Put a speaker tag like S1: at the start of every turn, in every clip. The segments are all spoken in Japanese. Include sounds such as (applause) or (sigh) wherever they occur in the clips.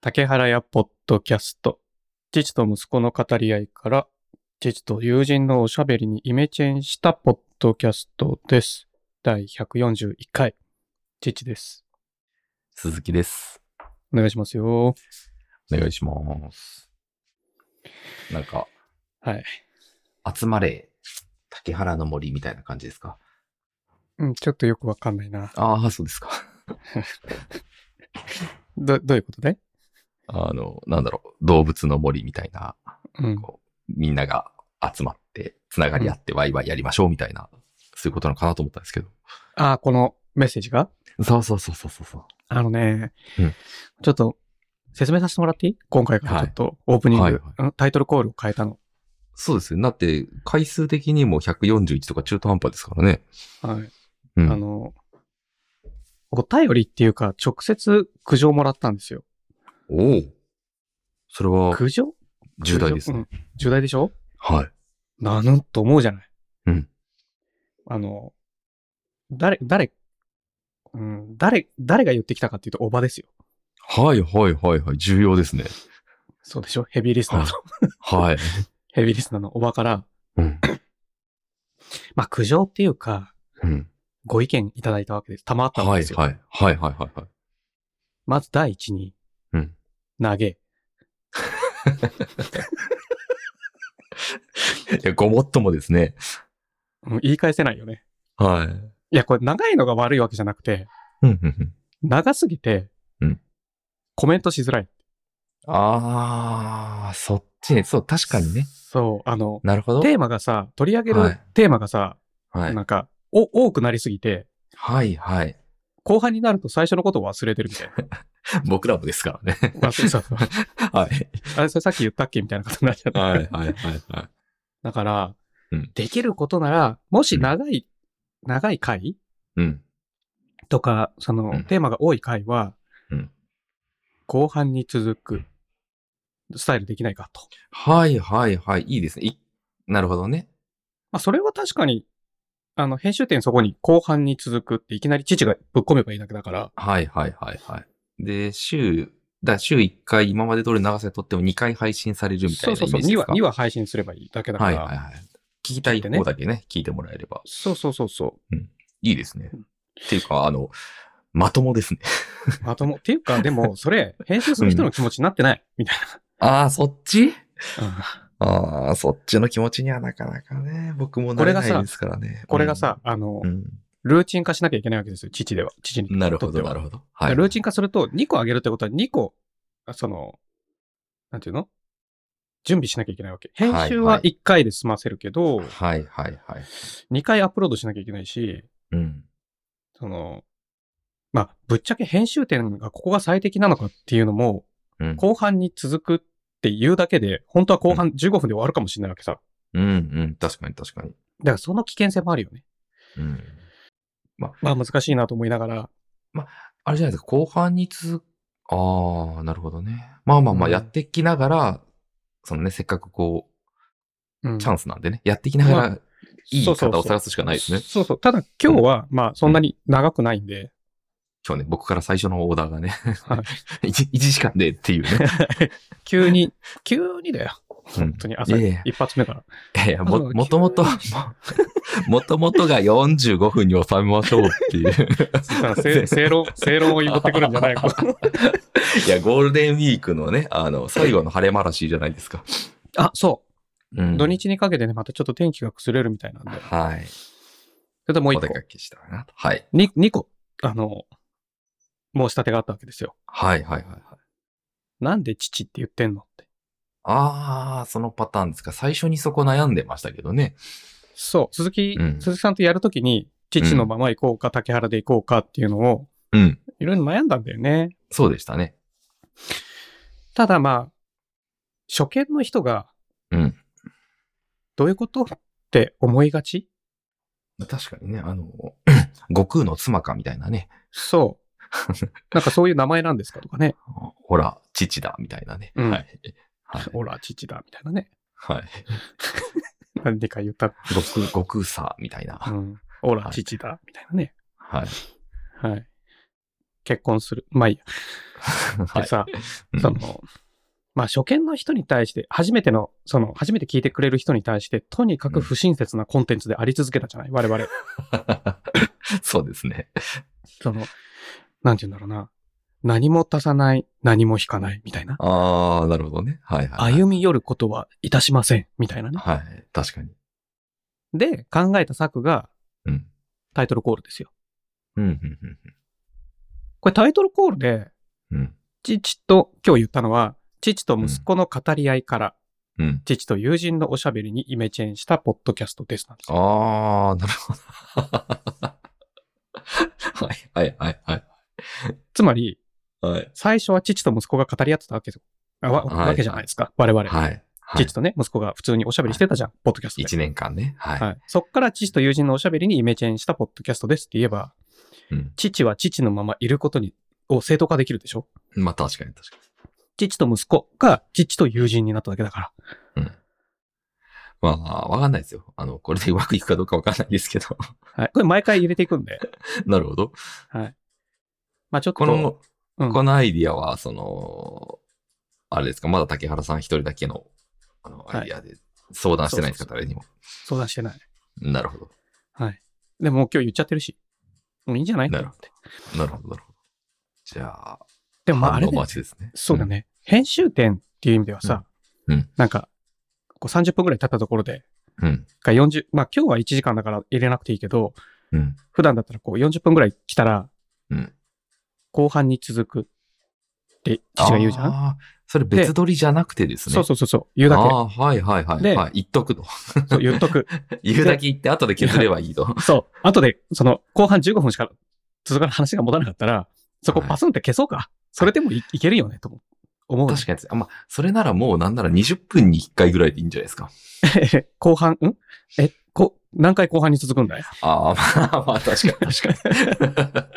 S1: 竹原屋ポッドキャスト。父と息子の語り合いから、父と友人のおしゃべりにイメチェンしたポッドキャストです。第141回。父です。
S2: 鈴木です。
S1: お願いしますよ。
S2: お願いします。なんか、
S1: はい。
S2: 集まれ、竹原の森みたいな感じですか
S1: うん、ちょっとよくわかんないな。
S2: ああ、そうですか。
S1: ど、どういうことで
S2: あの、なんだろう、動物の森みたいな、
S1: うん。
S2: こう、みんなが集まって、つながり合ってワイワイやりましょうみたいな、そういうことなのかなと思ったんですけど。
S1: ああ、このメッセージが
S2: そうそうそうそうそうそう。
S1: あのね、
S2: うん
S1: ちょっと説明させてもらっていい今回からちょっとオープニング、
S2: はいはい
S1: うんタイトルコールを変えたの。
S2: そうですよ。だって、回数的にも141とか中途半端ですからね。
S1: はい。
S2: うん。
S1: あの、お便りっていうか、直接苦情もらったんですよ。
S2: おお。それは、
S1: 苦情
S2: 重大ですね。
S1: 苦情うん重大でしょ
S2: はい。
S1: なぬんと思うじゃない。
S2: うん。
S1: あの、誰、誰、うん、誰、誰が言ってきたかっていうと、おばですよ。
S2: はいはいはいはい。重要ですね。
S1: そうでしょヘビーリスナーの、
S2: はい。
S1: ヘビーリスナーのおばから、
S2: うん。
S1: まあ、苦情っていうか、
S2: うん。
S1: ご意見いただいたわけです。たまったわけ
S2: は
S1: で
S2: い
S1: すよ。
S2: はい。はいはいはいはい。
S1: まず第一に、
S2: うん
S1: 投げ。
S2: いや、ごもっともですね。
S1: うん言い返せないよね。
S2: はい。
S1: いや、これ長いのが悪いわけじゃなくて、
S2: うんうんうん。
S1: 長すぎて、
S2: うん
S1: コメントしづらい。
S2: あー、そっちね。そう、確かにね。
S1: そう、あの、
S2: なるほど。
S1: テーマがさ、取り上げ
S2: は
S1: る
S2: い
S1: テーマがさ、
S2: はい
S1: な。んか、お、多くなりすぎて、
S2: はいはい。
S1: 後半になると最初のことを忘れてるみ
S2: (laughs)
S1: たい
S2: 僕らもですからね。 (laughs)
S1: な。忘れそう (laughs) そう
S2: はい。
S1: あれ、それさっき言ったっけみたいなことになっちゃった。
S2: はいはいはいはい。
S1: だから、
S2: うん
S1: できることなら、もし長い、長い回
S2: うん。
S1: とか、その、
S2: うん
S1: テーマが多い回は、
S2: うん
S1: 後半に続くスタイルできないかと。
S2: はいはいはい。いいですね。いなるほどね。
S1: まあ、それは確かに、あの、編集点そこに後半に続くって、いきなり父がぶっ込めばいいだけだから、
S2: はいはいはいはい。で、週、だ週1回、今まで通り長さで撮っても2回配信されるみた
S1: そ
S2: いうな
S1: そ
S2: イ
S1: うそ
S2: メ
S1: う、
S2: ージで
S1: 2話、
S2: すか。
S1: 2話配信すればいいだけだか
S2: はい
S1: ら、
S2: はいはい。聞きたい方だけね、聞いてもらえれば。
S1: そうそうそうそ
S2: いいですね
S1: うん。
S2: っていうか、あの、まと
S1: (laughs)
S2: もですね。
S1: う。まとも、っていうか、で
S2: (laughs)
S1: も、それ、編集する人の気持ちになってない、みたい
S2: ああ、そっち
S1: な。うん
S2: (laughs) ああ、そっちの気持ちにはなかなかね、僕もなれないですからね。
S1: これがさ、、あの、
S2: うん。
S1: ルーチン化しなきゃいけないわけですよ、父では。父にとっては。
S2: なるほど、なるほど。は
S1: ルーチン
S2: ン。
S1: 化すると、2個上げるってことは、2個、あその、なんていうの準備しなきゃいけないわけ。編集
S2: はいは
S1: はい1回で済ませるけど、
S2: はいはいはい。
S1: 2回アップロードしなきゃいけないし、
S2: うん。
S1: その、まあ、ぶっちゃけ編集点がここが最適なのかっていうのも、
S2: うん。
S1: 後半に続くっていうだけで、本当は後半15分で終わるかもしれないわけさ。
S2: うん、うん。確かに確かに。
S1: だからその危険性もあるよね。
S2: うん。
S1: まあ難しいなと思いながら、
S2: あれじゃないですか、後半に続く、ああ、なるほどね。まあまあま
S1: う
S2: あ、
S1: ん
S2: やっていきながら、そのね、せっかくこ
S1: うん
S2: う、チャンスなんでね、やっていきなが
S1: ま
S2: ら、いい
S1: そうそ
S2: 言い
S1: うそう
S2: 方を探すしかないですね。
S1: そうそう。ただ今日は、まあそんなに長くないんで、
S2: 今日ね、僕から最初のオーダーがね、
S1: はい
S2: (laughs) 1, 時間でっていうね。
S1: 急に、急にだよ。
S2: うん
S1: 本当に朝、
S2: いえいえ
S1: 一発目から。
S2: いやいや、
S1: あ
S2: も、
S1: の
S2: もともと、ももともとが45分に収めましょうっていう。
S1: そしたら正正論、正論を言ってくるんじゃないか。
S2: (laughs) いや、ゴールデンウィークのね、あの、最後の晴れまらしじゃないですか。
S1: あ、そうう。
S2: ん
S1: 土。日にかけてね、またちょっと天気が崩れるみたいなんで。
S2: はい。
S1: それともう
S2: お
S1: 一
S2: 出
S1: 個。
S2: かけしたいなと。はい。
S1: に2個、あの、申し立てがあったわけですよ。
S2: はいはいはいはい。
S1: なんで父って言ってんのって。
S2: あー、そのパターンですか。最初にそこ悩んでましたけどね。
S1: そう、鈴木、
S2: うん
S1: 鈴木さんとやるときに、父のまま行こうか、竹原で行こうかっていうのを、
S2: うん。
S1: いろいろ悩んだんだよね。
S2: そうでしたね。
S1: ただまあ、初見の人が、
S2: うん。
S1: どういうことって思いがち
S2: 確かにね、あの、 (clears throat) 悟空の妻かみたいなね。 (laughs)
S1: そう。なんかそういう名前なんですかとかね。
S2: ほら、父だ、みたいなね。
S1: うん
S2: はい。はい。
S1: ほら、父だ、みたいなね。
S2: はい。
S1: 何か言った。
S2: 悟空、悟空さ、みたいな。
S1: うん。ほら、
S2: はい
S1: 父だ、みたいなね。
S2: はい。
S1: はい。結婚する。まあいいや。
S2: (laughs) は
S1: で
S2: い。
S1: さ、
S2: うん
S1: その、まあ初見の人に対して、初めての、その、初めて聞いてくれる人に対して、とにかく不親切なコンテンツであり続けたじゃない我々。
S2: (laughs) そうですね。
S1: その、なんて言うんだろうな。何も足さない、何も引かない、みたいな。
S2: ああ、なるほどね。はいはい、はい。
S1: 歩み寄ることはいたしません、みたいなね。
S2: はい。確かに。
S1: で、考えた策が
S2: うん。
S1: タイトルコールですよ。
S2: うん、うん、うん
S1: これタイトルコールで、
S2: うん。
S1: 父と、今日言ったのは、父と息子の語り合いから、
S2: うん。
S1: 父と友人のおしゃべりにイメチェンしたポッドキャストですなんですよ。
S2: ああ、なるほど。 (laughs) はい、はい、はい、はい。
S1: つまり、
S2: はい。
S1: 最初は父と息子が語り合ってたわけですよ。あわ
S2: はい
S1: わけじゃないですか。我々。
S2: はい。はい
S1: 父。とね、息子が普通におしゃべりしてたじゃん、ポッドキャスト
S2: 一
S1: で。
S2: 年間ね。はい。
S1: はい、そっから父と友人のおしゃべりにイメチェンしたポッドキャストですって言えば、
S2: うん。
S1: 父は父のままいることにを正当化できるでしょ
S2: まあ確かに確かに。
S1: 父と息子が父と友人になっただけだから。
S2: まあまあ、わかんないですよ。あの、これでうまくいくかどうかわかんないですけど。 (laughs)
S1: はい、これ毎回入れていくんで。
S2: なるほど。
S1: はい。まあちょっと。
S2: この、
S1: うん
S2: このアイディアは、その、あれですか、まだ竹原さん一人だけの、あの、
S1: はい
S2: アイディアで相談してないんですか、
S1: そ
S2: 誰にも。
S1: 相談してない。
S2: なるほど。
S1: はい。でももう今日言っちゃってるし。もういいんじゃない
S2: な
S1: と
S2: る
S1: 思
S2: ほ
S1: って。
S2: なるほど、なるほど。じゃあ、
S1: でもまああれ
S2: 反応
S1: で、
S2: 待ちですね。
S1: そうだね。編集点っていう意味ではさ、
S2: うんうん
S1: なんか、こう30分くらい経ったところで、
S2: うん。うん。
S1: が40、まあ今日は1時間だから入れなくていいけど、
S2: うん。
S1: 普段だったらこう40分くらい来たら、
S2: うん
S1: 後半に続くって父が言うじゃん
S2: あーそれ別撮りじゃなくてですね。
S1: そうそうそうそう、言うだけ。
S2: ああー、はいはいはい。
S1: で
S2: はい、言っとくと。
S1: そう言っとく。
S2: (laughs) 言うだけ言って、後で削ればいいと。
S1: そう。後で、その、後半15分しか続かない話が持たなかったら、そこパスンって消そうか。それでもいいけるよね、と思う。思うね
S2: (laughs) 確かにです。あまあ、それならもうなんなら20分に1回ぐらいでいいんじゃない
S1: (laughs)
S2: ですか。
S1: 後半、んえ、こ、何回後半に続くんだい
S2: ああ、まあまあ、確かに確かに。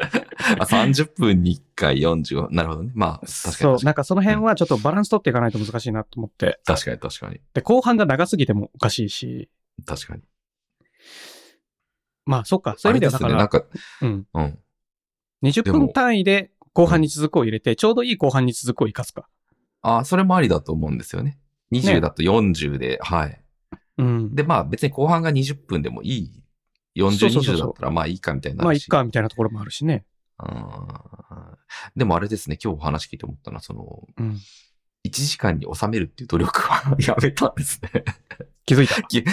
S2: あ30分に1回45分。なるほどね。まあ、確か
S1: そう、
S2: に確か
S1: なんかその辺はちょっとバランス取っていかないと難しいなと思って。
S2: に。確かに確かに。
S1: で、後半が長すぎてもおかしいし、
S2: 確かに。
S1: まあ、そうか、そういう意味ではだか
S2: あれ
S1: ら、
S2: です
S1: う
S2: ね、
S1: ん、
S2: なんか、
S1: 20
S2: で
S1: 分
S2: も
S1: 単位で後半に続くを入れて、ちょうどいい後半に続くを生かすか。
S2: うん。ああ、それもありだと思うんですよね。20
S1: ね
S2: だと40で、はい。
S1: うん。
S2: で、まあ別に後半が20分でもいい。
S1: そう
S2: 40、
S1: そうそう
S2: 20
S1: そ
S2: だ
S1: う
S2: ったらまあいいかみたいにな
S1: まあ、い
S2: る
S1: っ
S2: し。
S1: か、みたいなところもあるしね。
S2: あーでもあれですね、今日お話聞いて思ったのは、その、
S1: うん。
S2: 1時間に収めるっていう努力は (laughs) やめたんですね。 (laughs)
S1: 気づいた。
S2: ぎ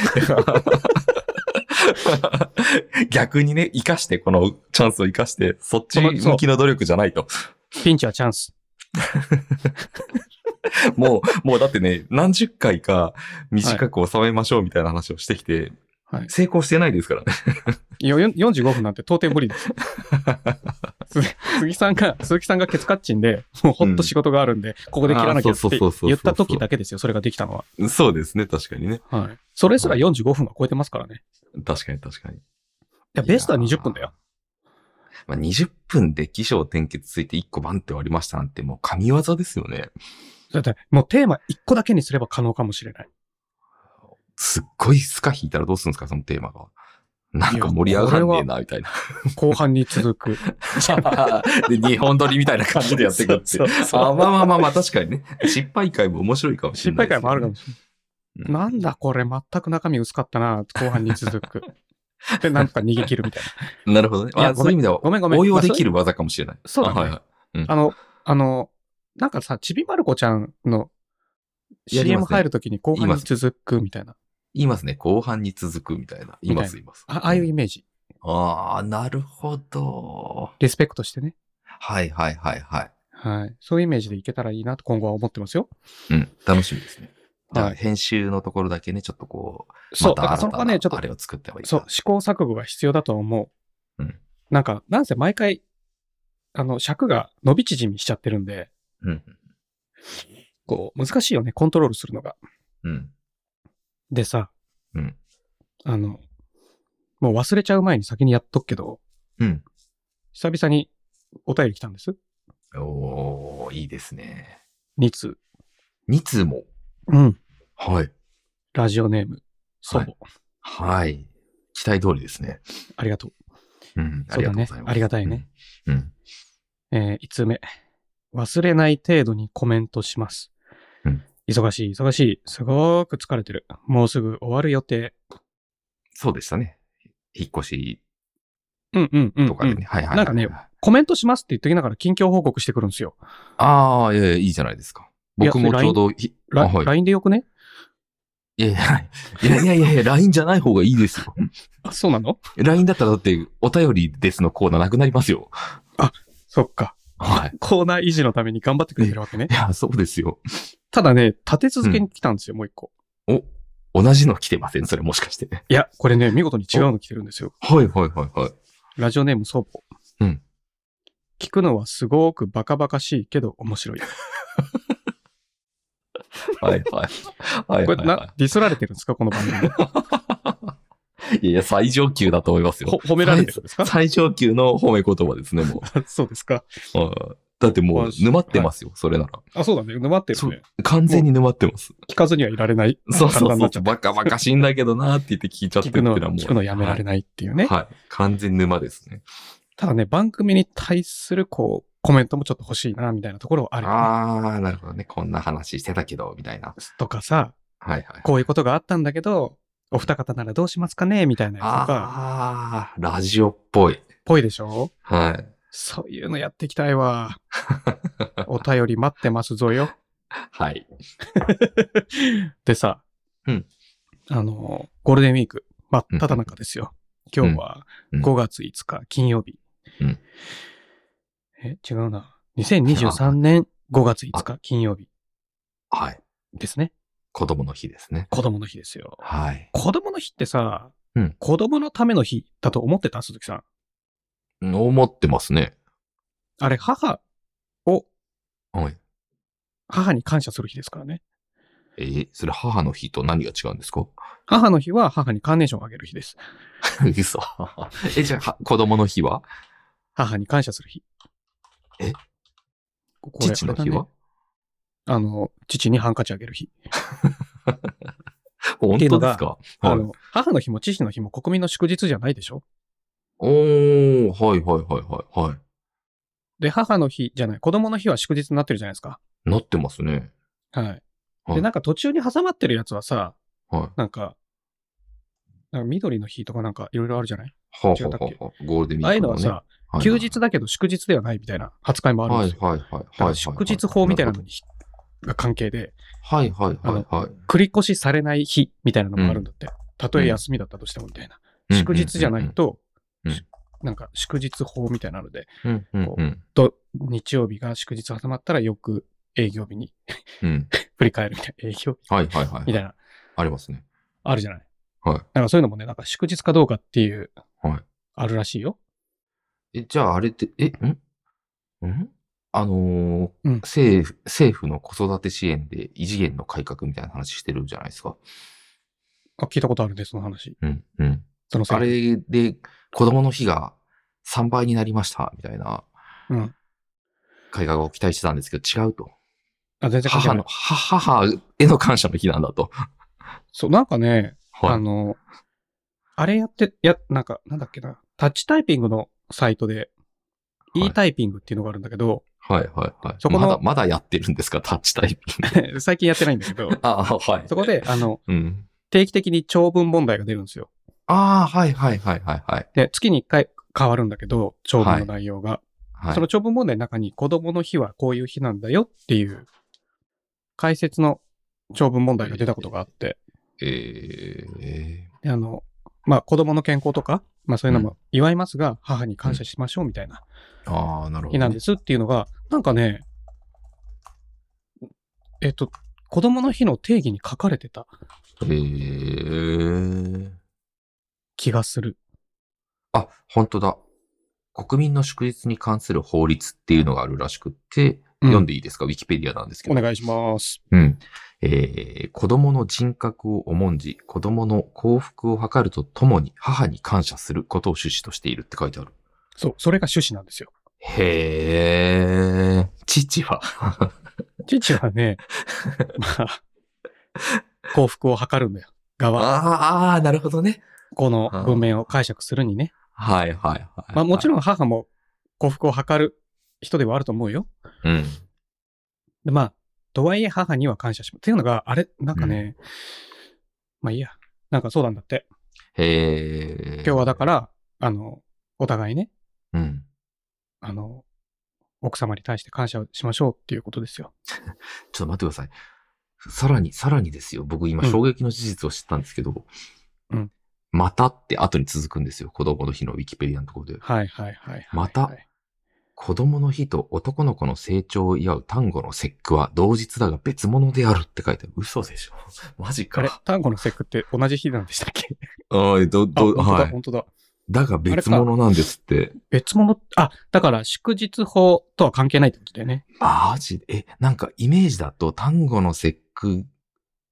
S2: 逆にね、生かして、このチャンスを生かして、そっち向きの努力じゃないと。
S1: (laughs) ピンチはチャンス。
S2: もう、もうだってね、何十回か短く収めましょうみたいな話をしてきて、
S1: はい
S2: 成功してないですからね。
S1: よよん45分なんて到底無理
S2: (laughs)
S1: です。す鈴木さんが、鈴木さんがケツカッチンで、もうほっと仕事があるんで、ここで切らなきゃ
S2: あーそ
S1: っ
S2: うそう
S1: て
S2: そうそう
S1: 言った時だけですよ、それができたのは。
S2: そうですね、確かにね。
S1: はい。それすら45分は超えてますからね。い
S2: 確かに確かに。
S1: や、ベストは20分だよ。
S2: まあ、20分で起承転結ついて1個バンって終わりましたなんて、もう神業ですよね。
S1: だって、もうテーマ1個だけにすれば可能かもしれない。
S2: すっごいスカ引いたらどうするんですか、そのテーマが。なんか盛り上がんねえな、みたいな。
S1: 後半に続く。 (laughs)
S2: で、日本撮りみたい (laughs) な感じでやっていくってい
S1: そう
S2: う。
S1: そうそう
S2: あまあまあまあまあ、確かにね。失敗回も面白いかもし
S1: 失
S2: れな
S1: 敗会
S2: いですよね、
S1: もあるかもしれない。なんだこれ、全く中身薄かったな、後半に続く。で、なんとか逃げ切るみたいな。
S2: うんなるほどね。
S1: いや
S2: まあ、
S1: ご
S2: そういう
S1: めん
S2: 意味では、
S1: ごめんごめん
S2: 応用できる技かもしれない。
S1: そうだね
S2: あはいはい。
S1: あの、あの、なんかさ、ちびまる子ちゃんの
S2: やります
S1: CM
S2: ね
S1: 入るときに後半に続くみたいな。
S2: 言いますね。後半に続くみたいな。言います、言います。
S1: あああいうイメージ。
S2: ああ、なるほど。
S1: リスペクトしてね。
S2: はいはいはいはい。
S1: はい。そういうイメージでいけたらいいなと今後は思ってますよ。
S2: うん、楽しみですね。じゃ
S1: は
S2: あ、
S1: い
S2: 編集のところだけね、ちょっとこう、
S1: そう、だ
S2: また
S1: からそ
S2: 新
S1: こは
S2: た
S1: ね、
S2: な
S1: ちょっと
S2: あ、れを作ってはいいか
S1: そう、
S2: な。
S1: 試行錯誤が必要だとは思う。
S2: うん
S1: なんか、なんせ毎回、あの、尺が伸び縮みしちゃってるんで、
S2: うん。
S1: こう、難しいよね、コントロールするのが。
S2: うん。
S1: でさ、
S2: うん
S1: あの、もう忘れちゃう前に先にやっとくけど、
S2: うん。
S1: 久々にお便り来たんです。
S2: おー、いいですね。
S1: 2通。
S2: 2通も。
S1: うん。
S2: はい。
S1: ラジオネーム。そう、
S2: はいはい。期待通りですね。
S1: ありがとう。
S2: うん。あ
S1: そうだ
S2: りがとうご
S1: ね
S2: ざいます。
S1: ありがたいね。
S2: うん。うん。
S1: え5つ目。忘れない程度にコメントします。
S2: うん
S1: 忙しい、忙しい。すごーく疲れてる。もうすぐ終わる予定。
S2: そうでしたね。引っ越し
S1: うんうんうん、うん。
S2: とかでね。はいはいはい。
S1: なんかねコメントしますって言ってきながら近況報告してくるんですよ。
S2: ああ、いやいや、いいじゃないですか。
S1: いや
S2: 僕もちょうどひ、
S1: ラ
S2: あはい
S1: LINE でよくね
S2: いやいや、いやいやいや、LINE じゃない方がいいで
S1: (laughs)
S2: すよ。
S1: あ、そうなの
S2: LINE だったらだって、お便りですのコーナーなくなりますよ。
S1: そっか。
S2: はい。
S1: コーナー維持のために頑張ってくれてるわけね
S2: い。や、そうですよ。
S1: ただね、立て続けに来たんですよ、もう一個。
S2: お、同じの来てませんそれもしかして。
S1: いや、これね、見事に違うの来てるんですよ。
S2: はいはいはいはい。
S1: ラジオネームそうぼ。
S2: うん。
S1: 聞くのはすごくバカバカしいけど面白い。
S2: はいはい。はい
S1: こ
S2: は
S1: れ
S2: い、は
S1: な、ディスられてるんですかこの番
S2: (laughs)
S1: 組。
S2: い。いやいや、最上級だと思います
S1: ほ
S2: よ。
S1: 褒められてるんですか
S2: 最上級の褒め言葉ですね、
S1: (laughs)
S2: も
S1: そうですか。
S2: う。はいだってもう、沼ってますよ、それなら。
S1: あ、そうだね。沼ってる
S2: そう
S1: ね。
S2: 完全に沼ってます。
S1: 聞かずにはいられない。
S2: そうそう
S1: 体にな
S2: そ
S1: っちゃ
S2: う。
S1: う
S2: バカバカしいんだけどなーって言って聞いちゃっ
S1: 聞
S2: てるって
S1: く
S2: いうの
S1: の、
S2: はもう。
S1: 聞くのやめられ
S2: な
S1: ないっていう
S2: い
S1: ね。
S2: はい。完全沼ですね。
S1: ただね、番組に対するこう、コメントもちょっと欲しいな、みたいなところはあるよね、
S2: あー、なるほどね。こんな話してたけど、みたいな。
S1: とかさ、
S2: はいはい。
S1: こういうことがあったんだけど、お二方ならどうしますかねみたいなやつとか、
S2: あー、ラジオっぽい。
S1: ぽいでしょ
S2: はい。
S1: そういうのやっていきたい
S2: (laughs)
S1: わ。お便り待ってますぞよ。
S2: はい。
S1: (laughs) でさ、
S2: うん
S1: あの、ゴールデンウィーク、真っ只中ですよ。
S2: ん
S1: 今日は
S2: うん
S1: 5月5日金曜日。
S2: うん
S1: え、違うな。2023年5月5日金曜日
S2: はい。
S1: ですね。
S2: 子供の日ですね。
S1: 子供の日ですよ。
S2: はい。
S1: 子供の日ってさ、
S2: うん
S1: 子供のための日だと思ってた鈴木さん。
S2: 思ってますね。
S1: あれ、母を、
S2: はい。
S1: 母に感謝する日ですからね。
S2: えーそれ母の日と何が違うんです
S1: (laughs)
S2: か
S1: 母の日は母にカーネーションをあげる日です。
S2: 嘘。 (laughs) え、じゃあ、は子供の日は
S1: 母に感謝する日。
S2: え
S1: ここれ
S2: 父の
S1: あ
S2: 日
S1: れだね
S2: は、
S1: あの、父にハンカチあげる日。
S2: 本当ですか
S1: あ
S2: はい。
S1: の、母の日も父の日も国民の祝日じゃないでしょ
S2: おー、はいはいはいはい。は
S1: で、母の日じゃない、子供の日は祝日になってるじゃないですか。
S2: い。なってますね。
S1: はい。
S2: は
S1: で、
S2: い
S1: なんか途中に挟まってるやつはさ、
S2: はい。
S1: なんか、なんか緑の日とかなんかいろいろあるじゃない
S2: はあ、は
S1: 違ったっ
S2: あは
S1: け
S2: あはあ、ゴールデンウィ
S1: ああい
S2: ー
S1: うの
S2: クの
S1: は
S2: ね、
S1: さ、
S2: はい
S1: 休日だけど祝日ではないみたいな扱いもあるん
S2: は
S1: で
S2: い
S1: すよ。
S2: はいはい
S1: だか
S2: は
S1: ら
S2: い。
S1: 祝日法みたいなのにが関係で、
S2: はいはいはいはい。
S1: 繰り越しされない日みたいなのもあるんだって。たとえ
S2: うん
S1: 休みだったとしてもみたいな。
S2: うん
S1: 祝日じゃないと、
S2: うん
S1: しなんか祝日法みたいなので、
S2: うんうんうん。
S1: と日曜日が祝日挟まったらよく営業日に
S2: うん。
S1: 振り返るみたいな、営業日
S2: はいはいは
S1: み
S2: い。
S1: たいな、
S2: ありますね。
S1: あるじゃない。
S2: はい
S1: なんかそういうのもね、なんか祝日かどうかっていう、
S2: はい
S1: あるらしいよ。
S2: え、じゃああれって、え、んんあのー
S1: うん
S2: 政府、政府の子育て支援で異次元の改革みたいな話してるじゃないですか。
S1: あ、聞いたことあるね、その話。
S2: うん、うん。
S1: そのせい
S2: あれで、子供の日が3倍になりました、みたいな
S1: うん。
S2: 改革を期待してたんですけど、違うと。
S1: あ、全然関係
S2: 母
S1: な
S2: の、
S1: い。
S2: は母への感謝の日なんだと。
S1: そう、なんかね、
S2: は
S1: あ
S2: い。
S1: の、あれやって、や、なんか、なんだっけな、タッチタイピングのサイトで、
S2: はい
S1: e タイピングっていうのがあるんだけど、 (laughs)
S2: はいはいはい。
S1: そこの
S2: まだ、まだやってるんですか、タッチ
S1: (laughs)
S2: タイピング。
S1: 最近やってないんだけ
S2: (laughs)
S1: ど、
S2: ああ、はい。
S1: そこで、あの、
S2: うん。
S1: 定期的に長文問題が出るんですよ。
S2: ああ、はいはいはいはいはい。
S1: で、月に1回変わるんだけど、長文の内容が。
S2: はい、
S1: その長文問題の中に、子供の日はこういう日なんだよっていう、解説の長文問題が出たことがあって、
S2: えーえ
S1: であの、まあ、子供の健康とか、まあ、そういうのも祝いますが、母に感謝しましょうみたいな
S2: ーああ、なるほ
S1: 日
S2: ど、。
S1: なんですすっていうのが、なんかね、えっと、子供の日の定義に書かれてた
S2: えー、
S1: 気がする。
S2: あ、本当だ。国民の祝日に関する法律っていうのがあるらしくっ
S1: う
S2: て、
S1: ん
S2: 読んでいいですかウィキペディアなんですけ
S1: お
S2: ど。
S1: 願いします。
S2: うん。えー、子供の人格を重んじ、子供の幸福を図るとともに母に感謝することを趣旨としているって書いてある。
S1: そう、それが趣旨なんですよ。
S2: へー。父は
S1: 父は
S2: (laughs)
S1: ね、まあ、幸福を図るんだよ。側、
S2: あーあー、なるほどね。
S1: この文面を解釈するにね。
S2: はいはいはい。
S1: まあもち
S2: ろん。
S1: ろん母も幸福を図る人ではあると思うよ。
S2: うん。
S1: で、まあ、とはいえ母には感謝します。っていうのが、あれ、なんかね、まあいいや。なんかそうなんだって。
S2: へえ。
S1: 今日はだから、あの、お互いね、
S2: ら。うん。
S1: あの、奥様に対して感謝をしましょうっていうことですよ。
S2: ちょっと待ってください。さらに、さらにですよ。僕今
S1: うん
S2: 衝撃の事実を知ったんですけど。
S1: うん
S2: またって後に続くんですよ。子供の日のウィキペディアのところで。
S1: はいはいはいはい、はい。
S2: また子供の日と男の子の成長を祝う単語の節句は同日だが別物であるって書いてある。嘘でしょ (laughs) マジ
S1: あれ
S2: か。、
S1: 単語の節句って同じ日なんでしたっけ
S2: ああ、ど、
S1: あ、本
S2: (laughs) ど、
S1: 当だ、
S2: はい。
S1: 本当だ。
S2: だが別物なんですって。
S1: 別物、あ、だから祝日法とは関係ないってことだよね。
S2: マジで。え、なんかイメージだと単語の節句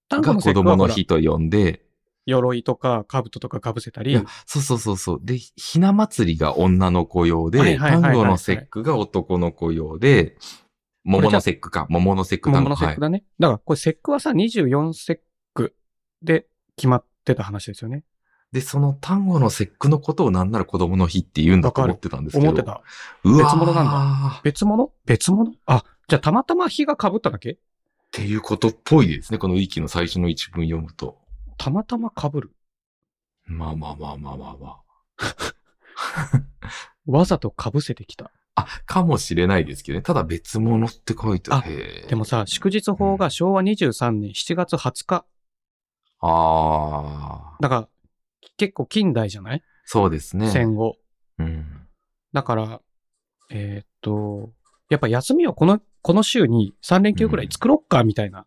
S1: 単語
S2: が
S1: の
S2: 子
S1: 節句
S2: 供
S1: は
S2: の
S1: ほら、
S2: 日と呼んで、
S1: 鎧とか兜とかかぶせた
S2: い
S1: り
S2: や、、そうそうそうそう。で、ひな祭りが女の子用
S1: は
S2: で、
S1: いはいはいはい
S2: 単語の節句が男の子用で、桃の節句か、桃の節句単
S1: 桃
S2: 語。
S1: の節
S2: はい
S1: 句。だね。だから、これ節句はさ、24節句で決まってた話ですよね。
S2: で、その単語の節句のことをなんなら子供の日って言うんだと思ってたんですけど。
S1: 思ってた。
S2: うわー
S1: 別物なん別物別物あ、じゃあたまたま日が被っただけ
S2: っていうことっぽいですね。このウィキの最初の一文読むと。
S1: たまたま被る。
S2: まあまあまあまあまあま
S1: わざと被せてきた。
S2: あ。あ、かもしれないですけどね。ただ別物って書いて
S1: あ
S2: ある。
S1: でもさ、祝日法が昭和23年7月20日。
S2: ああ、
S1: だから、結構近代じゃない
S2: そうですね。
S1: 戦後。
S2: うん。
S1: だから、えーっと、やっぱ休みをこの、この週に3連休くらい作ろっか、みたいな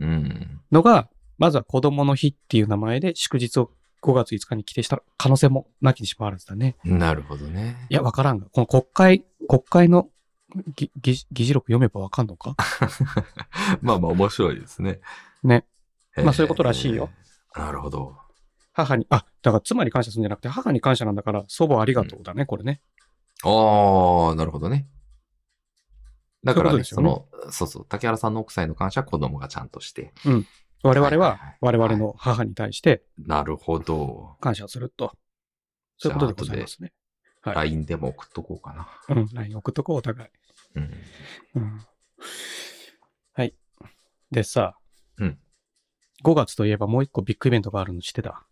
S2: うん。
S1: のが、まずは子供の日っていう名前で祝日を5月5日に規定した可能性もなきにしもあらずだね。
S2: なるほどね。
S1: いや、わからんが。この国会、国会のぎ議議事録読めばわかんのか (laughs)
S2: (laughs) まあまあ面白いですね。
S1: ね。
S2: えー
S1: まあそういうことらしいよ。
S2: なるほど。
S1: 母に、あ、だから妻に感謝するんじゃなくて母に感謝なんだから、祖母ありがとうだね、これね。
S2: ああ、なるほどね。だから、ね、
S1: そ
S2: そう
S1: いうこ
S2: の、そうそう、竹原さんの奥さんへの感謝は子供がちゃんとして。
S1: 我々
S2: はいは
S1: はい
S2: はい、
S1: 我々の母に対して
S2: なるほど。
S1: 感謝すると。そういうことでございますね。はい
S2: LINE でも送っとこうかな。
S1: うん、LINE 送っとこう、お互い。
S2: うん。
S1: うんはい。でさ、
S2: うん
S1: 5月といえばもう一個ビッグイベントがあるの知ってた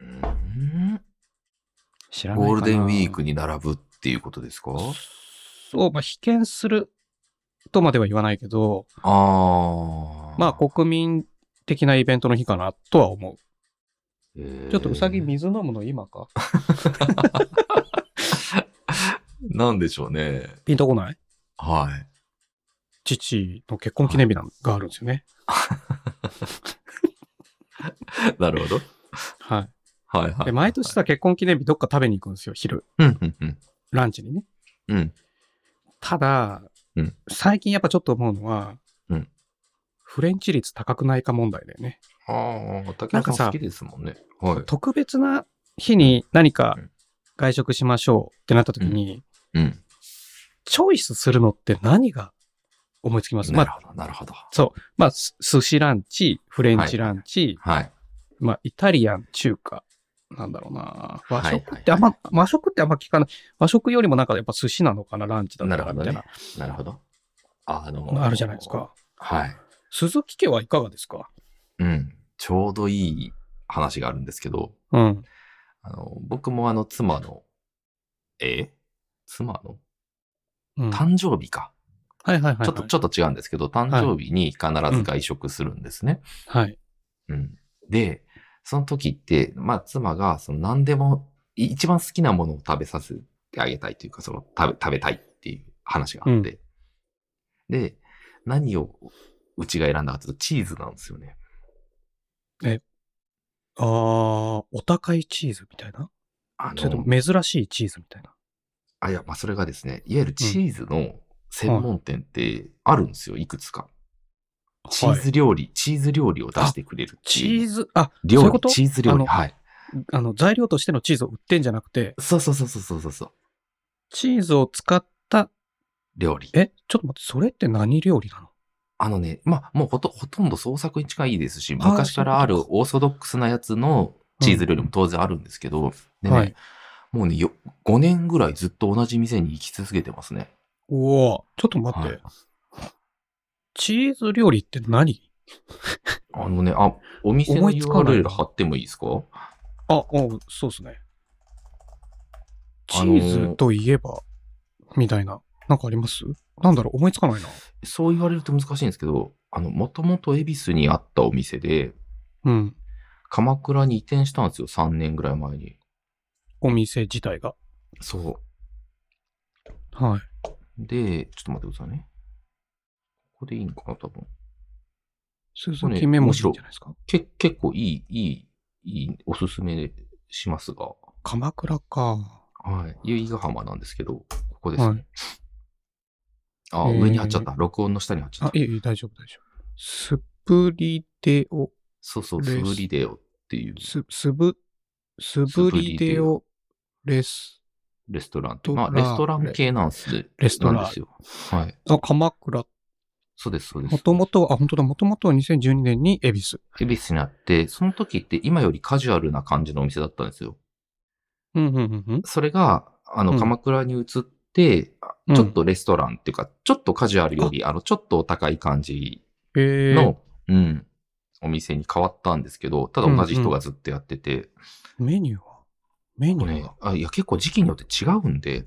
S2: うん
S1: 知らないかな
S2: ゴールデンウィークに並ぶっていうことですか
S1: そう、まあ、被験するとまでは言わないけど、
S2: ああ。
S1: まあ、国民的なイベントの日かなとは思う。
S2: えー
S1: ちょっとうさぎ水飲むの今か (laughs)
S2: なんでしょうね。
S1: ピンとこない
S2: はい。
S1: 父の結婚記念日なんがあるんですよね。
S2: (laughs) なるほど。
S1: は
S2: はい
S1: い。
S2: は
S1: で、
S2: い。
S1: 毎年さ、結婚記念日どっか食べに行くんですよ、昼。
S2: うん、うん、うん。
S1: ランチにね。
S2: うん。
S1: ただ、
S2: うん
S1: 最近やっぱちょっと思うのは、
S2: うん
S1: フレンチ率高くないか問題だよね。
S2: ああ、竹
S1: な
S2: 原
S1: んか
S2: さ
S1: さ
S2: ん好きですもんね。はい。
S1: 特別な日に何か
S2: うん
S1: 外食しましょうってなった時に、
S2: うん。
S1: チョイスするのって何が思いつきますま
S2: なる
S1: あ、
S2: ほど、なるほど。
S1: まあ、す寿司ランチ、フレンチランチ、
S2: はい。
S1: まあ、イタリアン、中華、なんだろうな。和
S2: はい
S1: 食ってあんま、和食ってあんま聞かない。和食よりもなんかやっぱ寿司なのかな、ランチだった
S2: なる
S1: ら、
S2: ほ
S1: み
S2: ど
S1: た
S2: ね
S1: いな。
S2: なるほど。あの
S1: あるじゃないです。か。
S2: はい。
S1: 鈴木家はいかがですか
S2: うん。ちょうどいい話があるんですけど、
S1: うん。
S2: あの、僕もあの、妻の、え妻の
S1: うん
S2: 誕生日か。
S1: はいはいはいはい。
S2: ちょっと、ちょっと違うんですけど、誕生日に必ず外食するんですね。
S1: はい。
S2: うん。で、その時って、まあ、妻が、その何でも、い一番好きなものを食べさせてあげたいというか、その食べ、食べたいっていう話があって。で、何をうちが選んだかというと、チーズなんですよね。
S1: あー、お高いチーズみたいな
S2: あ
S1: それとも、
S2: の
S1: 珍しいチーズみたいな。
S2: あ、いや、まあ、それがですね、いわゆるチーズの専門店ってあるんですよ、いくつか。チー
S1: はい
S2: ズ料理、チーズ料理を出してくれるって
S1: チ
S2: いう。
S1: ーズ、あ、
S2: 料
S1: そうい
S2: 理
S1: うこと
S2: チーズ料
S1: あ
S2: 理。
S1: の
S2: はい。
S1: あの、材料としてのチーズを売ってんじゃなくて、
S2: そうそうそうそうそうそう。
S1: チーズを使った、
S2: 料理。
S1: え、ちょっと待って、それって何料理なの
S2: あのね、まあ、もうほとほとんど創作に近いですし、
S1: あー
S2: 昔からある
S1: そういう
S2: オーソドックスなやつのチーズ料理も当然あるんですけど、でね、
S1: はい
S2: もうねよ、5年ぐらいずっと同じ店に行き続けてますね。
S1: おおちょっと待って、
S2: はい
S1: チーズ料理って何
S2: あのね、あ、お店の
S1: 思いつかない
S2: URL 貼ってもいいですか
S1: あ、おうそうですね。チ
S2: あのー
S1: ーズといえば、みたいな。なんかありますなんだろう思いつかないな。
S2: そう言われると難しいんですけど、あの、もともと恵比寿にあったお店で、
S1: うん。
S2: 鎌倉に移転したんですよ、3年ぐらい前に。
S1: お店自体が。
S2: そう。
S1: はい。
S2: で、ちょっと待ってくださいね。ここでいいのかな、多分。
S1: 鈴木メモでいいんじゃないですか。
S2: け結構いい、いい、いい、おすすめしますが。
S1: 鎌倉か。
S2: はい。由比ヶ浜なんですけど、ここですね。
S1: はい
S2: あ、
S1: えー
S2: 上に貼っちゃった。録音の下に貼っちゃ
S1: あ
S2: っ、た。
S1: いえいえ、大丈夫、大丈夫。スプリデオ、
S2: そうそう、
S1: レ
S2: ス
S1: ース
S2: ブリデオっていう
S1: す、すぶ、すぶりデオレス。
S2: レストランって。
S1: と
S2: まあ、
S1: ラ
S2: レストラン系なんですね。
S1: レストラン
S2: なんですよ。はい。
S1: あ、鎌倉。
S2: そうです、そうで
S1: も
S2: す。
S1: ともとは、あ、本当だ、もともとは2012年に恵比寿。
S2: 恵比寿にあって、その時って今よりカジュアルな感じのお店だったんですよ。
S1: うん、うん、うん
S2: それが、あ
S1: う
S2: の、
S1: ん
S2: 鎌倉に移って、
S1: うん。
S2: ちょっとレストランっていうか、ちょっとカジュアルより、あの、ちょっとお高い感じ
S1: うん、えー、
S2: の、うん、お店に変わったんですけど、ただ同じ人がずっとやってて、
S1: メニューはメニ
S2: こ
S1: ュ
S2: れ
S1: ー
S2: ね
S1: は、
S2: あ、いや、結構時期によって違うんで、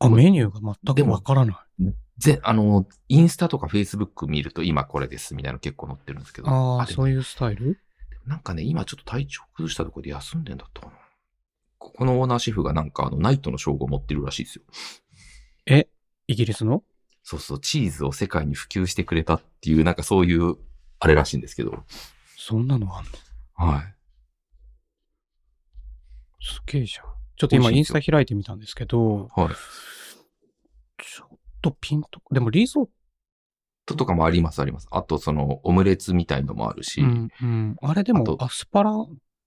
S1: あ、メニューが全くわからない。
S2: ぜ、あの、インスタとかフェイスブック見ると今これですみたいなの結構載ってるんですけど、
S1: ああ、
S2: でも
S1: そういうスタイル
S2: なんかね、今ちょっと体調崩したところで休んでんだったかな。ここのオーナーシェフがなんかあの、ナイトの称号を持ってるらしいですよ。
S1: え、イギリスの
S2: そうそう、チーズを世界に普及してくれたっていう、なんかそういう、あれらしいんですけど、
S1: そんなのあんの
S2: はい。
S1: すげえじゃん。ちょっと今
S2: 美
S1: イン
S2: 味し
S1: ス
S2: いんです
S1: タ
S2: よ
S1: 開いてみたんですけど、
S2: はい。
S1: ちょっとピンと、でもリゾッ
S2: ととかもあります、あります。あと、その、オムレツみたいのもあるし、
S1: ト、うん、うん。あれで
S2: あ
S1: も
S2: と
S1: アスパラ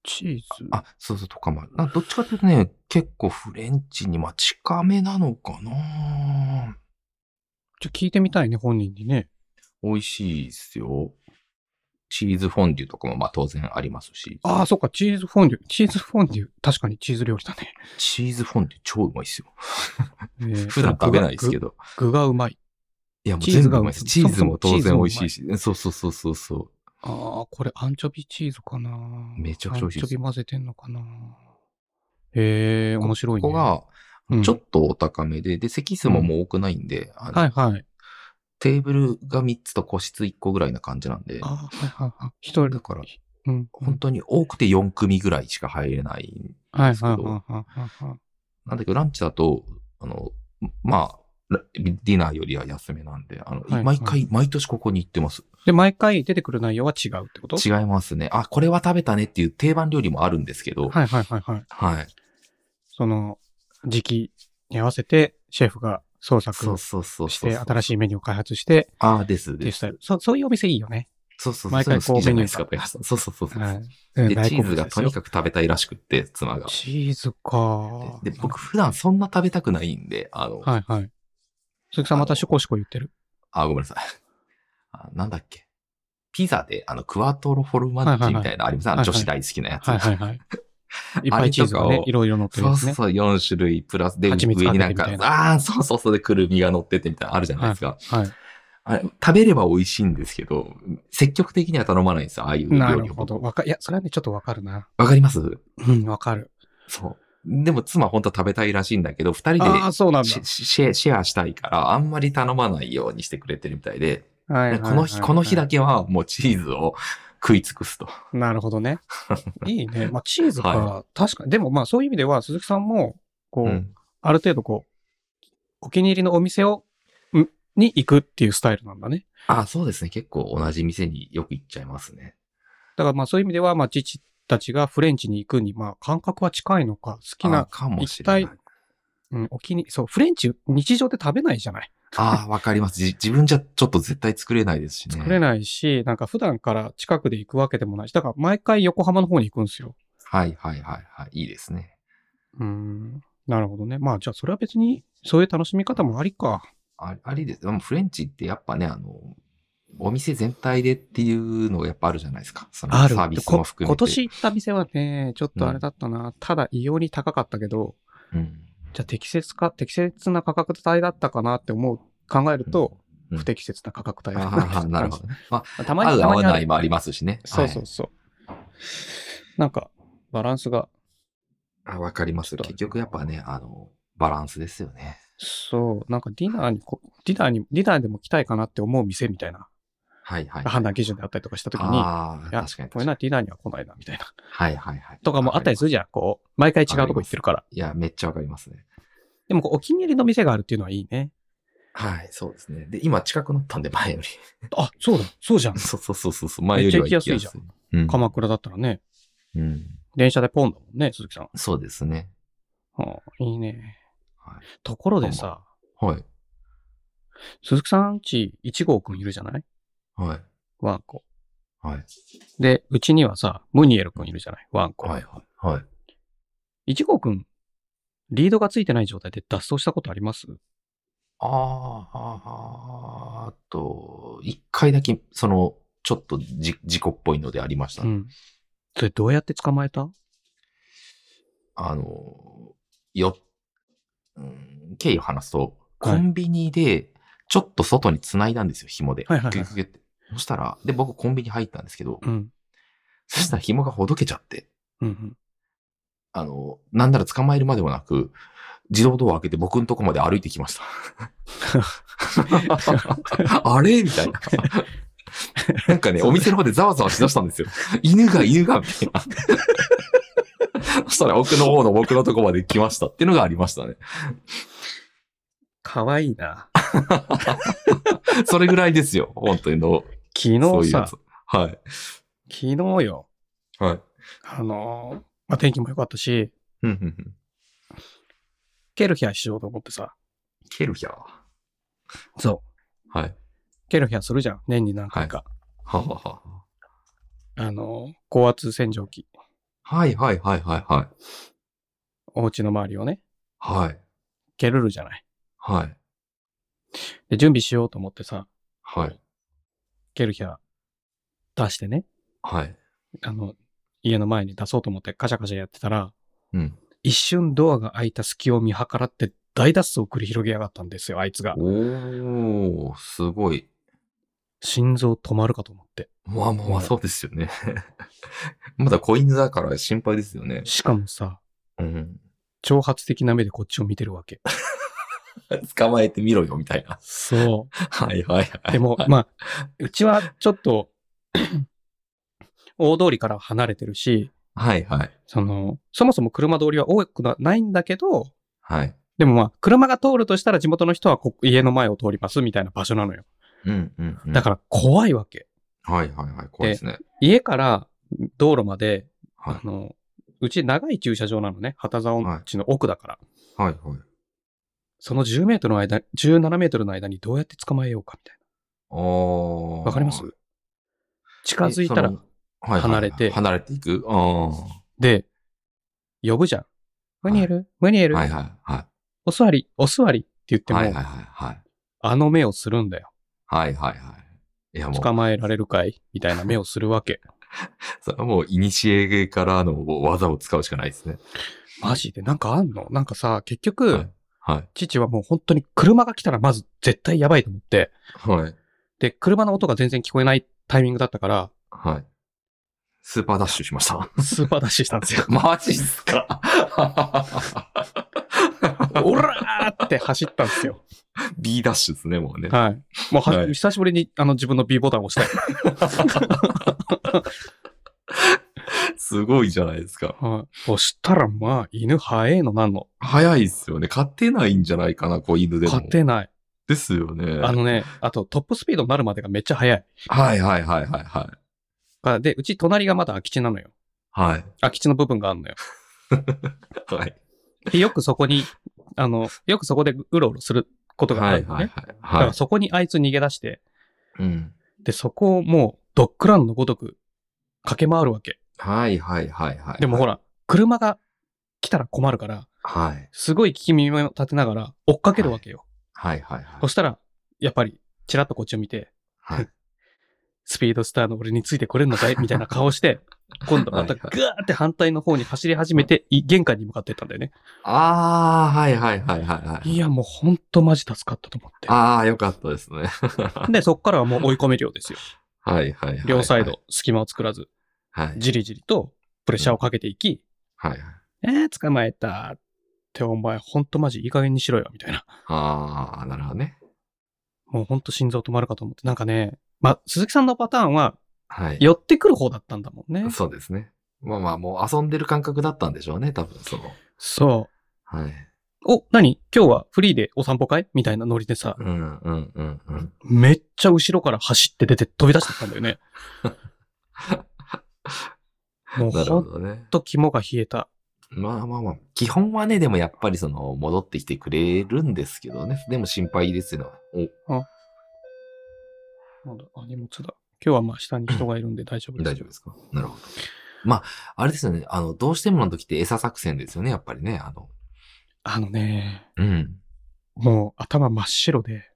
S1: チーズ。
S2: あ、そうそう、とかもある。などっちかっていうとね、結構フレンチに、まあ、近めなのかな
S1: ちょ、聞いてみたいね、本人にね。
S2: 美味しいですよ。チーズフォンデュとかも、まあ、当然ありますし。
S1: ああ、そっか、チーズフォンデュ。チーズフォンデュ、確かにチーズ料理だね。
S2: チーズフォンデュ超うまいですよ。
S1: えー
S2: 普段食べないですけ
S1: 具が
S2: ど。
S1: 具具がうまい。
S2: いや、もう
S1: チーズ
S2: 全部
S1: が
S2: うまいです。チーズも当然
S1: そ
S2: 美
S1: も
S2: 味
S1: そも
S2: しいし。そうそうそうそうそう。
S1: ああ、これアンチョビチーズかな。
S2: めちゃくちゃ美味しいです
S1: アンチョビ混ぜてんのかな。へえ、面白いね。
S2: ここが、
S1: うん
S2: ちょっとお高めで、で、席数ももう多くないんで、あの
S1: はいはい。
S2: テーブルが3つと個室1個ぐらいな感じなんで、
S1: ああ、はいはいはい。一人。
S2: だから、
S1: うん。
S2: 本当に多くて4組ぐらいしか入れない。
S1: はい
S2: ですけ
S1: はい
S2: ど
S1: はいはいはい。
S2: なんだけど、ランチだと、あの、まあ、ラディナーよりは安めなんで、あの、
S1: はい
S2: 毎
S1: は
S2: 回、毎年ここに行ってます。
S1: で、毎回出てくる内容は違うってこと
S2: 違いますね。あ、これは食べたねっていう定番料理もあるんですけど、はい。
S1: はいはいはいはい。その時期に合わせてシェフが創
S2: そ
S1: 作
S2: うそうそうそう。
S1: して新し
S2: い。
S1: いメニューを開発して
S2: ああ、です、
S1: ってい
S2: で
S1: う
S2: す。
S1: スタイル。そうそういうお店いいよね。
S2: そうそうそう。
S1: 毎回こう
S2: そういうの好きじゃないですか、
S1: メ
S2: ペアさん。 (laughs) そうそうそうそう。
S1: はい。
S2: で、チーズがとに
S1: く。
S2: かく食べたいらしくって、妻が。
S1: チーズか。
S2: で、で僕普段そんな食べたくないんで、あの、
S1: はいはい。鈴木さんまたシコシコ言ってる。
S2: あ、ごめんなさい。 (laughs) あなんだっけ。ピザで、あの、クワトロフォルマッジみたいなのあります、
S1: はいはい
S2: あの女子大好きなやつ。
S1: はいはい
S2: (laughs)
S1: はい。いっぱいチーズが
S2: あれ
S1: ね
S2: と、かを
S1: いろいろ乗ってる
S2: そ
S1: ん
S2: う
S1: です
S2: そう
S1: ね。
S2: そう、4種類プラスで、
S1: 蜂蜜
S2: 上になん
S1: か
S2: か
S1: けてみ、た
S2: ああー、そうそうそうで、くるみが乗っててみたいなのあるじゃないですか。
S1: はい。
S2: あれ食べれば美味しいんですけど、積極的には頼まないんですよ、ああいう料理
S1: な
S2: を
S1: るほど。わか、いや、それはね、ちょっとわかるな。
S2: わかります
S1: うん、わかる。
S2: そう。でも妻本当は食べたいらしいんだけど、二人
S1: ああ、
S2: で
S1: そうなんだ。
S2: シシェアシェアしたいから、あんまり頼まないようにしてくれてるみたいで、
S1: はいはいはいはい
S2: この日、この日だけはもうチーズを食い尽くすと。
S1: なるほど
S2: (laughs)
S1: ね。いいね。まあ、チーズか、
S2: は
S1: 確かに。でも、まあ、そういう意味では、鈴木さんも、こう、
S2: うん
S1: ある程度、こう、お気に入りのお店を、んに行くっていうスタイルなんだね。
S2: あ、そうですね。結構同じ店によく行っちゃいますね。
S1: だから、まあ、そういう意味では、まあ、父たちがフレンチに行くに、まあ、感覚は近いのか、好き
S2: あ
S1: な、
S2: かもしれない
S1: 一。うん、お気に、そう、フレンチ、日常で食べないじゃない。
S2: ああ、わかります。じ自分じゃちょっと絶対作れないですしね。
S1: 作れ
S2: い。
S1: ないし、なんか普段から近くで行くわけでもないし、だから毎回横浜の方に行くんですよ。
S2: はいはいはいはい。いいですね。
S1: うん。なるほどね。まあ、じゃあ、それは別に、そういう楽しみ方もありか。
S2: あありです。でもフレンチってやっぱね、あの、お店全体でっていうのがやっぱあるじゃないですか。その
S1: ある
S2: サービスも含めて。
S1: こ今年行った店はね、ちょっとあれだったな。ただ、異様に高かったけど、
S2: うん。
S1: じゃあ適切か、適切な価格帯だったかなって思う、考えると、
S2: うん
S1: 不適切な価格帯だった (laughs)
S2: ああ、なるほど。ね。ま
S1: まあた
S2: あ、
S1: ま
S2: 合
S1: に、
S2: う
S1: た
S2: 合
S1: ま
S2: わ
S1: にある
S2: ないもありますしね。
S1: そうそうそう。なんか、バランスが、
S2: はい。あわかります。
S1: ちょっと
S2: 結局やっぱね、あの、バランスですよね。
S1: そう、なんかディナーにこ、ディナーに、ディナーでも来たいかなって思う店みたいな
S2: はいはい。
S1: 判断基準であったりとかしたときに、
S2: ああ、
S1: いや
S2: 確かに
S1: これ
S2: 確かに。
S1: な、ディナーには来ないな、みたいな。
S2: はいはいはい。
S1: とかもあったりするじゃん。こう、毎回違うとこ行ってるから。
S2: いや、めっちゃわかりますね。
S1: でもこう、お気に入りの店があるっていうのはいいね。
S2: はい、そうですね。で、今近くなったんで、前より。
S1: あ、そうだ、そうじゃん。
S2: そうそうそうそうそう、前よりは行きやすい。
S1: めっちゃ
S2: うん。
S1: 鎌倉だったらね、
S2: うん。
S1: 電車でポンだもんね、鈴木さん。
S2: そうですね。
S1: はあ、いいね。
S2: は
S1: ところでさ、
S2: い。はい。
S1: 鈴木さんち1号くんいるじゃない
S2: はい。
S1: ワンコ。
S2: はい。
S1: で、うちにはさ、ムニエルくんいるじゃないワンコ。
S2: はい。はい。はい。
S1: 1号くん、リードがついてない状態で脱走したことあります
S2: あーあー、あーあと、一回だけ、その、ちょっとじ事故っぽいのでありました。
S1: うん。それどうやって捕まえた
S2: あの、よ、うん、経緯を話すと、
S1: は
S2: コ
S1: い
S2: ンビニで、ちょっと外に繋いだんですよ、紐で。
S1: はいはいはい
S2: ギュギュギュって。そしたら、で、僕コンビニ入ったんですけど、
S1: うん。
S2: そしたら紐がほどけちゃって、
S1: うんうん。
S2: あの、なんなら捕まえるまでもなく、自動ドア開けて僕のとこまで歩いてき (laughs) ました。あれみたいな。なんかね、お店の方でざわざわしだしたんですよ。犬が犬がみたいな。そしたら奥の方の僕のとこまで来ましたっていうのがありましたね。
S1: かわいいな。
S2: それぐらいですよ、本当にの。
S1: 昨
S2: そうい
S1: 日
S2: う
S1: さ
S2: やつ、。はい。
S1: 昨日よ、
S2: はい。
S1: あのーまあ、天気も良かったし、
S2: うんうんうん
S1: ケルヒャしようと思ってさ、
S2: ケルヒャー。
S1: そ
S2: はい。
S1: う、ケルヒャするじゃん、年に何回か。
S2: ははは。
S1: あのー高圧洗浄機、
S2: はいはいはいはいはい。
S1: お家の周りをね、
S2: はい。
S1: ケルるじゃない。
S2: はい。
S1: で、準備しようと思ってさ、
S2: はい。
S1: ケルヒャ出してね、
S2: はい。
S1: あの、家の前に出そうと思ってカシャカシャやってたら、
S2: うん。
S1: 一瞬ドアが開いた隙を見計らって大脱走を繰り広げやがったんですよ、あいつが。
S2: おー、すごい。
S1: 心臓止まるかと思って。
S2: まあまあま
S1: は
S2: あ、
S1: い
S2: そうですよね。 (laughs) まだ子犬だから心配ですよね。
S1: しかもさ、
S2: うん。
S1: 挑発的な目でこっちを見てるわ
S2: (laughs)
S1: け。
S2: 捕まえてみろよ、みたいな。
S1: そう。
S2: はいはいはい。
S1: でも、まあ、うちはちょっと、 (coughs) 大通りから離れてるし、
S2: はいはい。
S1: その、そもそも車通りは多くなないんだけど、
S2: はい。
S1: でもまあ、車が通るとしたら地元の人はこ家の前を通りますみたいな場所なのよ。
S2: うんうん、うん。
S1: だから怖いわけ。
S2: ら。はいはいはい。怖いですね。
S1: 家から道路まで、
S2: はい
S1: あの、うち長い駐車場なのね。旗沢
S2: はい
S1: んちの奥だから。
S2: はいはい。
S1: その10メートルの間、17メートルの間にどうやって捕まえようかみたい
S2: おー。
S1: な。わかります近づいた
S2: え
S1: ら
S2: その、はいはいはい
S1: 離れて
S2: 離れていくああ。は
S1: で、呼ぶじゃん。ムニエル、ムニエ
S2: い
S1: ル、
S2: はいは
S1: お座り、お座りって言っ
S2: い。
S1: ても、
S2: はいはいはいはい。
S1: あの目をするんだよ。
S2: はいはいはい。いやもう、
S1: 捕まえられるかいみたいな目をするわ
S2: (laughs)
S1: け。
S2: それはもう、いにしえからの技を使うしかないですね。
S1: マジでなんかあんのなんかさ、結局、
S2: はいはい。
S1: 父はもう本当に車が来たらまず絶対やばいと思って、
S2: はい。
S1: で、車の音が全然聞こえないタイミングだった
S2: (laughs)
S1: から、
S2: はい。スーパーダッシュしま
S1: (laughs)
S2: した。。
S1: スーパーダッシュしたんですよ
S2: (laughs) マジっす (laughs) か
S1: オラーって走ったんですよ。
S2: ?B ダッシュですね、もうね。
S1: はい。もうは、
S2: (laughs) はい
S1: 久しぶりにあの自分の B ボタンを押したい。
S2: すごいじゃないですか。
S1: はい。押したらまあ、犬早えのなんの。
S2: 早いっすよね。勝てないんじゃないかな、子犬でも。
S1: 勝てない。
S2: ですよね。
S1: あのね、あとトップスピードになるまでがめっちゃ早い。
S2: はいはいはいはいは
S1: からで、うち隣がまだ空き地なのよ。
S2: い。はい。
S1: 空き地の部分があるのよ。
S2: はい。
S1: で、よくそこに、 (laughs) あの、よくそこでうろうろすることがあ
S2: は
S1: る
S2: い
S1: のね。
S2: はい
S1: だ
S2: は
S1: か
S2: い。は
S1: ら
S2: い。
S1: そこにあいつ逃げ出して、
S2: うん。
S1: で、そこをもうドッグランのごとく駆け回るわけ。
S2: はいはいはいはい。
S1: でもほ。ら、車が来たら困るから、
S2: はい。
S1: すごい聞き耳を立てながら追っかけるわけよ。
S2: はいはい
S1: そしたら、やっぱり、ちらっとこっちを見て、
S2: はい。 (laughs)
S1: スピードスターの俺についてこれるのかいみたいな顔して、今度またぐーって反対の方に走り始めて、い玄関に向かってったんだよね。
S2: ああ、はいはいはいはいはい。
S1: いや、もうほんとマジ助かったと思って。
S2: ああ、よかったですね。
S1: で、そっからはもう追い込めるようですよ。
S2: はいはいはいはい。
S1: 両サイド、隙間を作らず、
S2: はい。
S1: じりじりとプレッシャーをかけていき、
S2: はいはい。
S1: えー、捕まえたって、お前ほんとマジいい加減にしろよ、みたいな。
S2: ああ、なるほどね。
S1: もうほんと心臓止まるかと思って。なんかね、まあ、鈴木さんのパターンは、
S2: はい。
S1: 寄ってくる方だったんだもんね。
S2: そうですね。まあまあ、もう遊んでる感覚だったんでしょうね、多分、その。
S1: そう。
S2: はい。
S1: お、何今日はフリーでお散歩会みたいなノリでさ、
S2: うんうんうんうん。
S1: めっちゃ後ろから走って出て飛び出してったんだよ
S2: (laughs)
S1: ね。もう
S2: なる
S1: ほ
S2: ほ
S1: ん
S2: どね。
S1: と肝が冷えた。
S2: まあまあまあ。基本はね、でもやっぱりその、戻ってきてくれるんですけどね。でも心配ですよ。お、
S1: なんだ、あ、荷物だ。今日はまあ下に人がいるんで大丈夫です。
S2: 大丈夫ですかなるほど。まあ、あれですよね。あの、どうしてもの時って餌作戦ですよね、やっぱりね。あの、
S1: あのね、
S2: うん。 (laughs)
S1: もう頭真っ白で。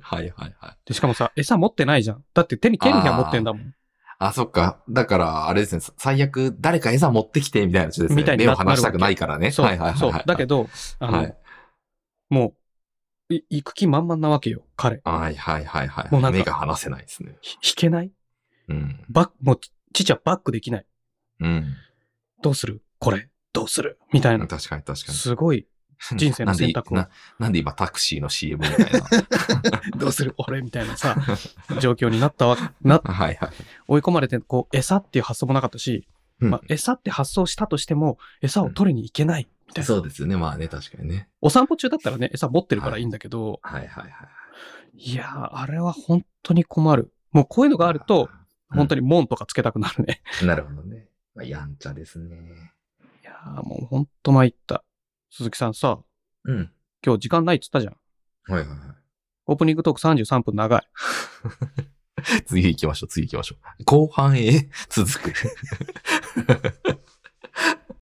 S2: はいはいはい。
S1: で、しかもさ、餌持ってないじゃん。だって手にケルヒャー持ってんだもん。
S2: あ、そっか。だから、あれですね。最悪、誰か餌持ってきて、みたいなやつですね。
S1: みたいに
S2: 目
S1: な
S2: を離したくないからね。
S1: そう、
S2: はいはいはい、はい。
S1: そう。だけ
S2: ど、
S1: ど、あの、
S2: はい。
S1: もう、い行く気満々なわけよ、彼。
S2: はいはいはいはい。
S1: もうなんか
S2: 目が離せないですね。
S1: ひ引けない
S2: うん。
S1: バック、もう、ちちはバックできない。
S2: うん。
S1: どうするこれ。どうするみたいな。
S2: 確かに確かに。
S1: すごい人生の選択を
S2: なんでななんで今タクシーの CM みたいな。
S1: (laughs) どうする俺みたいなさ、状況になったわ、な、
S2: はいはい。
S1: 追い込まれて、こう、餌っていう発想もなかったし、
S2: うん
S1: まあ、餌って発想したとしても、餌を取りに行けない、みたいな。
S2: そうですよね。まあね、確かにね。
S1: お散歩中だったらね、餌持ってるからいいんだけど、
S2: はいはいはい。
S1: い、やー、あれは本当に困る。もうこういうのがあると、、本当に門とかつけたくなるね。
S2: に。なるほどね。まあ、やんちゃですね。
S1: いやー、もう本当参った。鈴木さんさ、
S2: うん。
S1: 今日時間ないっつったじゃん。
S2: はいはいは
S1: オープニングトーク33分長い。
S2: (laughs) い。次行きましょう、次行きましょう。後半へ続く。